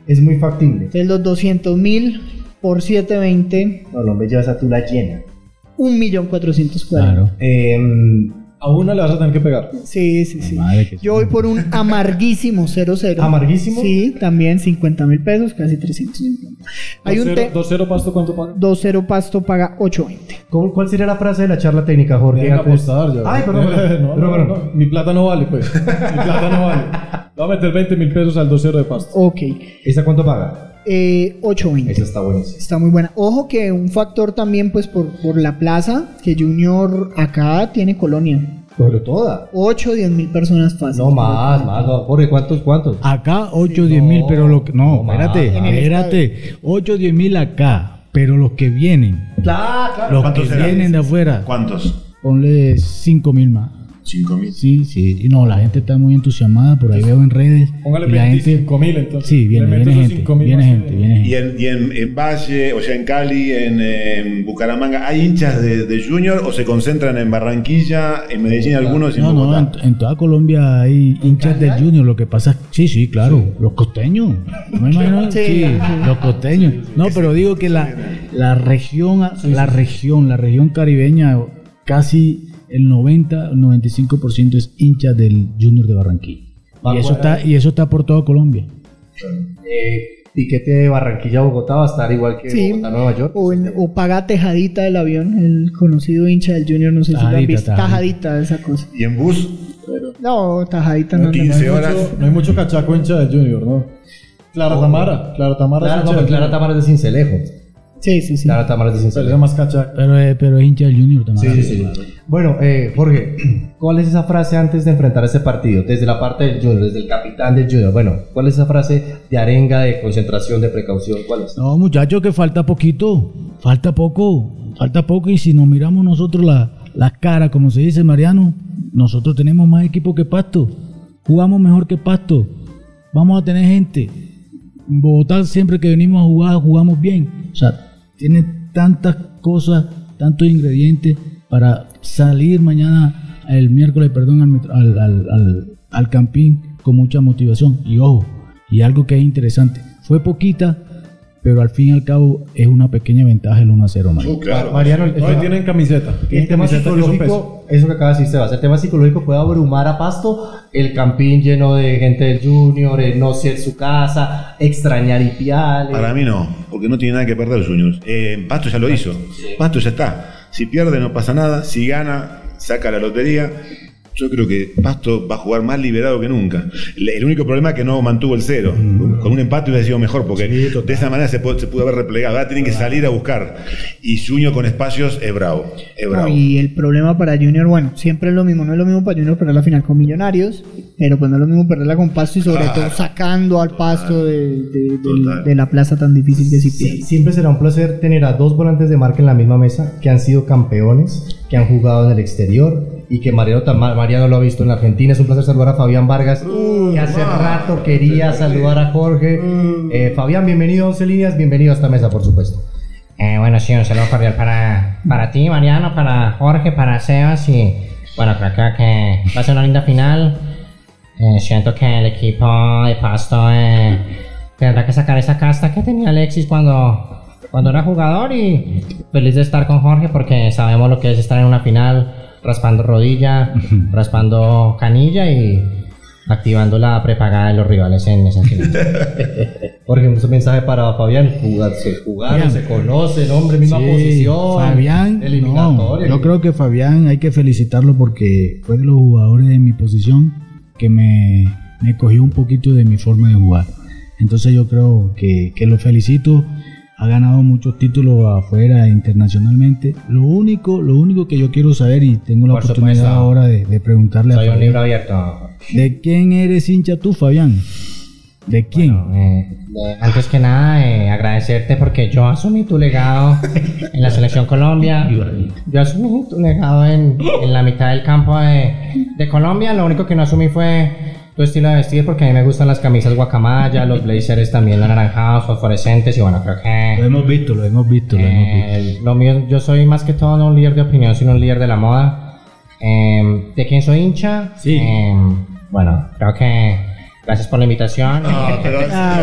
Speaker 1: Es muy factible.
Speaker 3: Entonces, los 200 mil por 720,
Speaker 1: No, hombre, llevas a tú la llena.
Speaker 3: 1.440.000.
Speaker 2: Claro.
Speaker 1: Eh,
Speaker 5: A una le vas a tener que pegar.
Speaker 3: Sí, sí, sí.
Speaker 2: Madre que
Speaker 3: Yo voy por un amarguísimo 0-0.
Speaker 1: ¿Amarguísimo?
Speaker 3: Sí, también 50 mil pesos, casi 350. Hay un
Speaker 5: 2-0
Speaker 3: te-
Speaker 5: 2-0 Pasto, ¿cuánto paga?
Speaker 3: 2-0 Pasto paga 820.
Speaker 1: ¿Cómo- ¿Cuál sería la frase de la charla técnica, Jorge?
Speaker 5: Dejen
Speaker 1: Antes-
Speaker 5: apostar ya.
Speaker 1: Ay, perdón, perdón.
Speaker 5: no,
Speaker 1: Perdón,
Speaker 5: no,
Speaker 1: perdón.
Speaker 5: no, Mi plata no vale, pues. Mi plata no vale. Le voy a meter 20 mil pesos al 2-0 de Pasto.
Speaker 3: Ok,
Speaker 1: ¿Esa cuánto paga?
Speaker 3: eh, 820.
Speaker 1: Esa está buenísima.
Speaker 3: Está muy buena. Ojo que un factor también, pues por, por la plaza, que Junior acá tiene colonia.
Speaker 1: Pero toda.
Speaker 3: 8 o 10 mil personas fácil.
Speaker 1: No más, más. No. Jorge, ¿cuántos, cuántos?
Speaker 2: Acá 8 o 10 mil, pero lo que... No,
Speaker 1: no,
Speaker 2: espérate,
Speaker 1: más.
Speaker 3: En el
Speaker 2: espérate. 8 o 10 mil acá, pero los que vienen.
Speaker 1: Claro, claro.
Speaker 2: Los que
Speaker 4: ¿Cuántos serán?
Speaker 2: vienen de afuera.
Speaker 4: ¿Cuántos?
Speaker 2: Ponle 5 mil más.
Speaker 4: 5.000.
Speaker 2: Sí, sí. Y no, la gente está muy entusiasmada. Por ahí veo en redes.
Speaker 5: Póngale
Speaker 2: y la gente...
Speaker 5: 25 mil entonces.
Speaker 2: Sí, viene,
Speaker 5: Le meto
Speaker 2: viene
Speaker 5: esos
Speaker 2: gente.
Speaker 5: 5.000 más
Speaker 2: Viene
Speaker 5: que-
Speaker 2: gente, viene gente.
Speaker 4: Y, en, y en, en Valle, o sea, en Cali, en, en Bucaramanga, ¿hay hinchas de, de Junior o se concentran en Barranquilla, en Medellín algunos y en
Speaker 2: No, no, en,
Speaker 4: Bogotá?
Speaker 2: en toda Colombia hay hinchas del Junior, lo que pasa, sí, sí, claro, los costeños, no me imagino,
Speaker 3: Sí.
Speaker 2: sí, los costeños. No, pero digo que la, la región, la región, la región caribeña, casi el 90, 95% es hincha del Junior de Barranquilla.
Speaker 1: Va
Speaker 2: Y eso,
Speaker 1: cuadrado.
Speaker 2: está, y eso está por toda Colombia.
Speaker 1: Eh, tiquete de Barranquilla a Bogotá va a estar igual que
Speaker 3: Sí.
Speaker 1: Bogotá a Nueva York.
Speaker 3: O, en- o paga tajadita del avión, el conocido hincha del Junior, no sé si lo han
Speaker 2: Tajadita,
Speaker 3: visto.
Speaker 2: tajadita.
Speaker 3: Tajadita, esa cosa.
Speaker 4: ¿Y en bus?
Speaker 3: No, tajadita no.
Speaker 5: No
Speaker 4: 15
Speaker 5: hay
Speaker 4: horas.
Speaker 5: mucho- no hay mucho cachaco hincha del Junior, ¿no? Clara
Speaker 4: Oh.
Speaker 5: Tamara. Clara Tamara
Speaker 1: Claro,
Speaker 5: es
Speaker 1: no,
Speaker 5: hincha
Speaker 1: pero
Speaker 5: del
Speaker 1: Clara
Speaker 5: Junior.
Speaker 1: Tamara es de Cincelejo.
Speaker 3: Sí, sí, sí.
Speaker 1: Clara Tamara es de
Speaker 5: Pero
Speaker 1: Cincelejo.
Speaker 5: esa es más cachaca.
Speaker 2: Pero, es- pero es hincha del Junior también.
Speaker 1: Sí, sí, sí. Bueno, eh, Jorge, ¿cuál es esa frase antes de enfrentar ese partido? Desde la parte del Junior, desde el capitán del Junior. Bueno, ¿cuál es esa frase de arenga, de concentración, de precaución? ¿Cuál es?
Speaker 2: No, muchachos, que falta poquito, falta poco, falta poco. Y si nos miramos nosotros la, la cara, como se dice Mariano, nosotros tenemos más equipo que Pasto, jugamos mejor que Pasto, vamos a tener gente. En Bogotá siempre que venimos a jugar jugamos bien. O sea, tiene tantas cosas, tantos ingredientes para salir mañana, el miércoles, perdón, al metro- al, al- al- al campín con mucha motivación. Y ojo, y algo que es interesante, fue poquita, pero al fin y al cabo es una pequeña ventaja el 1 a 0, Mario.
Speaker 4: Uh, claro.
Speaker 1: Mariano, el,
Speaker 5: No le tienen camiseta.
Speaker 1: el tema
Speaker 5: Camiseta que es un
Speaker 1: psicológico, eso que acaba de decir Sebas, el tema psicológico puede abrumar a Pasto, el campín lleno de gente del Junior, el no ser su casa, extrañar y piales.
Speaker 4: Para mí no, porque no tiene nada que perder Junior. Eh, Pasto ya lo hizo. Pasto ya está. Si pierde no pasa nada, si gana, saca la lotería. Yo creo que Pasto va a jugar más liberado que nunca. Le- El único problema es que no mantuvo el cero. Con un empate hubiera sido mejor, porque de esa manera se po- se pudo, haber replegado. Ahora tienen que salir a buscar. Y Junior con espacios es bravo. Es
Speaker 3: No,
Speaker 4: bravo.
Speaker 3: y el problema para Junior, bueno, siempre es lo mismo. No es lo mismo para Junior perder la final con Millonarios, pero pues no es lo mismo perderla con Pasto y sobre
Speaker 4: Claro.
Speaker 3: todo sacando al Pasto de, de- del-
Speaker 4: Total.
Speaker 3: de la plaza tan difícil que sí
Speaker 1: Sí,
Speaker 3: pierde.
Speaker 1: siempre será un placer tener a dos volantes de marca en la misma mesa que han sido campeones, que han jugado en el exterior y que Mariano, Tam- Mariano lo ha visto en la Argentina. Es un placer saludar a Fabián Vargas, que hace rato quería saludar a Jorge. Eh, Fabián, bienvenido a Once Líneas, bienvenido a esta mesa, por supuesto. Eh, bueno, sí, un saludo cordial para, para ti, Mariano, para Jorge, para Sebas y bueno, creo que, que va a ser una linda final. Eh, siento que el equipo de Pasto eh, tendrá que sacar esa casta que tenía Alexis cuando, cuando era jugador y feliz de estar con Jorge porque sabemos lo que es estar en una final.
Speaker 6: raspando rodilla, raspando canilla y activando la prepagada de los rivales en esa final.
Speaker 1: Jorge, un mensaje para Fabián. Jugarse, jugaron,
Speaker 2: Fabián.
Speaker 1: se conocen, hombre, misma
Speaker 2: Sí,
Speaker 1: posición.
Speaker 2: Fabián, no,
Speaker 1: eliminatoria.
Speaker 2: yo creo que Fabián hay que felicitarlo porque fue de los jugadores de mi posición que me, me cogió un poquito de mi forma de jugar. Entonces yo creo que, que lo felicito. Ha ganado muchos títulos afuera, internacionalmente. Lo único, lo único que yo quiero saber, y tengo la
Speaker 6: Por
Speaker 2: oportunidad
Speaker 6: supuesto.
Speaker 2: ahora de, de preguntarle
Speaker 6: Soy
Speaker 2: a
Speaker 6: un
Speaker 2: Fabián,
Speaker 6: libro abierto.
Speaker 2: ¿de quién eres hincha tú, Fabián? ¿De quién?
Speaker 6: Bueno, eh, de- antes que nada, eh, agradecerte porque yo asumí tu legado en la selección Colombia. Yo asumí tu legado en, en la mitad del campo de, de Colombia. Lo único que no asumí fue tu estilo de vestir porque a mí me gustan las camisas guacamaya, los blazers también anaranjados, fosforescentes y bueno, creo
Speaker 2: Lo
Speaker 6: que...
Speaker 2: hemos visto, lo hemos visto, lo hemos visto.
Speaker 6: eh, lo mío, yo soy más que todo no un líder de opinión, sino un líder de la moda. Eh, ¿De quién soy hincha?
Speaker 2: Sí.
Speaker 6: Eh, bueno, creo que gracias por la invitación. Eh,
Speaker 4: No, pero-
Speaker 3: Ah,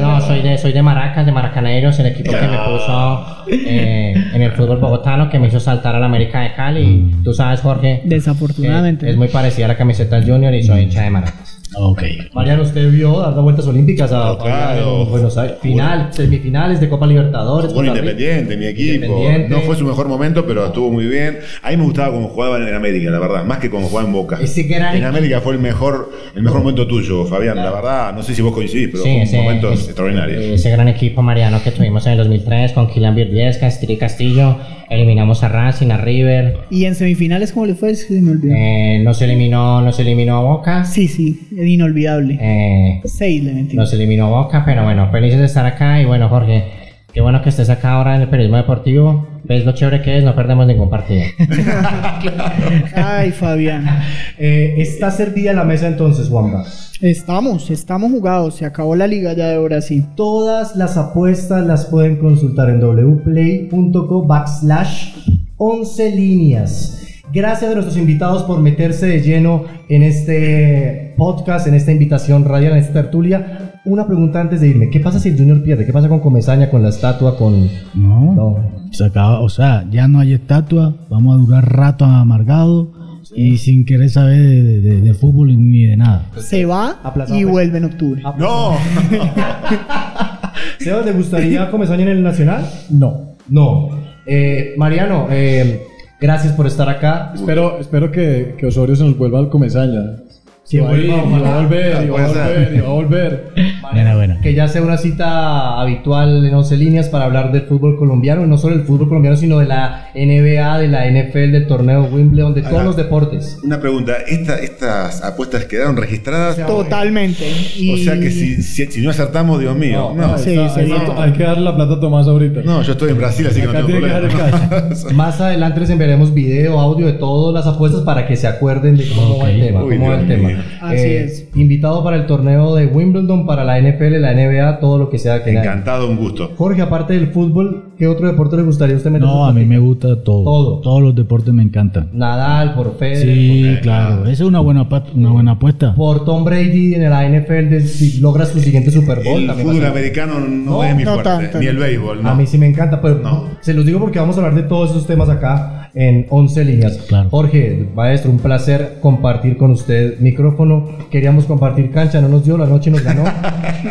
Speaker 6: No, no, no, soy de, soy de Maracas, de Maracaneiros, el equipo que me puso eh, en el fútbol bogotano, que me hizo saltar al América de Cali.
Speaker 1: Mm.
Speaker 6: Tú sabes, Jorge, que
Speaker 3: Desafortunadamente.
Speaker 6: es muy parecida a la camiseta del Junior y soy hincha de Maracas.
Speaker 2: Ok.
Speaker 1: Mariano, usted vio dando vueltas olímpicas a
Speaker 4: No, claro.
Speaker 1: en Buenos Aires. Final, semifinales de Copa Libertadores.
Speaker 4: Jugó en
Speaker 1: Costa Rica.
Speaker 4: Independiente, mi equipo.
Speaker 1: Independiente.
Speaker 4: No fue su mejor momento, pero estuvo muy bien. A mí me gustaba como jugaba en América, la verdad, más que como jugaba en Boca.
Speaker 6: Ese gran
Speaker 4: en América fue el mejor, el mejor momento tuyo, Fabián. La verdad, no sé si vos coincidís, pero fue un momento
Speaker 6: es-
Speaker 4: extraordinario.
Speaker 1: eh,
Speaker 6: Ese gran equipo mariano que tuvimos en el 2003 con Kylian Virdiesca, Estiri Castillo, eliminamos a Racing, a River,
Speaker 3: Y en semifinales, ¿cómo le fue? Se me olvidó. Ah,
Speaker 6: eh, nos eliminó, nos eliminó a Boca.
Speaker 3: Sí, sí, es inolvidable.
Speaker 6: Eh,
Speaker 3: Seis le metí.
Speaker 6: Nos eliminó Boca, pero bueno, felices de estar acá. Y bueno, Jorge, qué bueno que estés acá ahora en el periodismo deportivo. ¿Ves lo chévere que es? No perdemos ningún partido.
Speaker 3: Ay, Fabián.
Speaker 1: Eh, está servida la mesa entonces, Juanma.
Speaker 3: Estamos, estamos jugados. Se acabó la liga ya de ahora sí.
Speaker 1: Todas las apuestas las pueden consultar en wplay.co backslash 11 líneas. Gracias a nuestros invitados por meterse de lleno en este podcast, en esta invitación radial, en esta tertulia. Una pregunta antes de irme. ¿Qué pasa si el Junior pierde? ¿Qué pasa con Comezaña, con la estatua, con...?
Speaker 2: No.
Speaker 1: No.
Speaker 2: Se acaba, o sea, ya no hay estatua, vamos a durar rato amargados y sin querer saber de, de- de fútbol ni de nada.
Speaker 3: Se va
Speaker 1: Aplazado,
Speaker 3: y
Speaker 1: pues.
Speaker 3: vuelve en octubre.
Speaker 4: No,
Speaker 1: ¿Sebas, le gustaría Comezaña en el Nacional?
Speaker 5: No.
Speaker 1: No. Eh, Mariano, eh, gracias por estar acá.
Speaker 5: Espero, espero que, que Osorio se nos vuelva al Comesaña.
Speaker 1: Que
Speaker 5: va a ir,
Speaker 1: vuelva,
Speaker 5: y va a volver, y va a
Speaker 4: Puede ser.
Speaker 5: volver, y va a volver.
Speaker 2: Buena, buena.
Speaker 1: Que ya sea una cita habitual en 11 líneas para hablar del fútbol colombiano, y no solo del fútbol colombiano, sino de la NBA, de la NFL, del torneo Wimbledon, de todos
Speaker 4: Ajá.
Speaker 1: los deportes.
Speaker 4: una pregunta. Esta- estas apuestas quedaron registradas.
Speaker 3: Totalmente. Y
Speaker 4: O sea que si, si, si no acertamos, Dios mío. No, no,
Speaker 3: sí,
Speaker 5: Está-
Speaker 3: sí,
Speaker 5: hay,
Speaker 3: sí.
Speaker 5: hay que darle la plata a Tomás ahorita.
Speaker 4: yo estoy en Brasil, así que no
Speaker 5: Acá
Speaker 4: tengo
Speaker 5: tiene que dejar el
Speaker 4: problema.
Speaker 5: cash.
Speaker 1: Más adelante les enviaremos video, audio de todas las apuestas para que se acuerden de cómo va el
Speaker 2: Ok.
Speaker 1: tema.
Speaker 4: Uy,
Speaker 1: cómo va el
Speaker 4: Dios
Speaker 1: tema. Eh,
Speaker 4: mío.
Speaker 3: Así es.
Speaker 1: Invitado para el torneo de Wimbledon, para la NFL, la NBA, todo lo que sea que haga.
Speaker 4: Encantado, un gusto.
Speaker 1: Jorge, aparte del fútbol, ¿qué otro deporte le gustaría a usted meter?
Speaker 2: No, a mí me gusta todo.
Speaker 1: Todo.
Speaker 2: Todos los deportes me encantan.
Speaker 1: Nadal, por Federer,
Speaker 2: Sí, claro. Esa es una buena, pa- una buena apuesta.
Speaker 1: por Tom Brady en la NFL de- si logra su siguiente Super Bowl.
Speaker 4: El
Speaker 1: también va a
Speaker 4: fútbol
Speaker 1: ser-
Speaker 4: americano no,
Speaker 1: No, Ah,
Speaker 4: es mi
Speaker 3: no
Speaker 4: fuerte,
Speaker 3: tanto,
Speaker 4: ni
Speaker 3: no.
Speaker 4: el béisbol.
Speaker 1: A
Speaker 4: No.
Speaker 1: mí sí me encanta, pero
Speaker 4: No.
Speaker 1: se los digo porque vamos a hablar de todos esos temas acá en 11 líneas.
Speaker 2: Claro.
Speaker 1: Jorge, maestro, un placer compartir con usted micrófono. Queríamos compartir cancha, no nos dio, la noche nos ganó,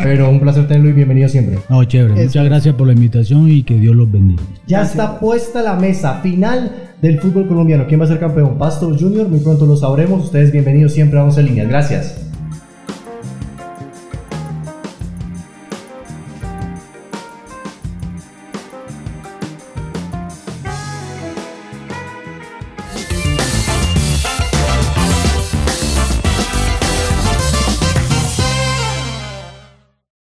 Speaker 1: pero un placer tenerlo y bienvenido siempre.
Speaker 2: No, chévere.
Speaker 3: Eso
Speaker 2: Muchas gracias por la invitación y que Dios los bendiga.
Speaker 1: Ya está puesta la mesa final del fútbol colombiano. ¿Quién va a ser campeón? Pastor Junior, muy pronto lo sabremos. Ustedes bienvenidos siempre a 11 líneas. Gracias.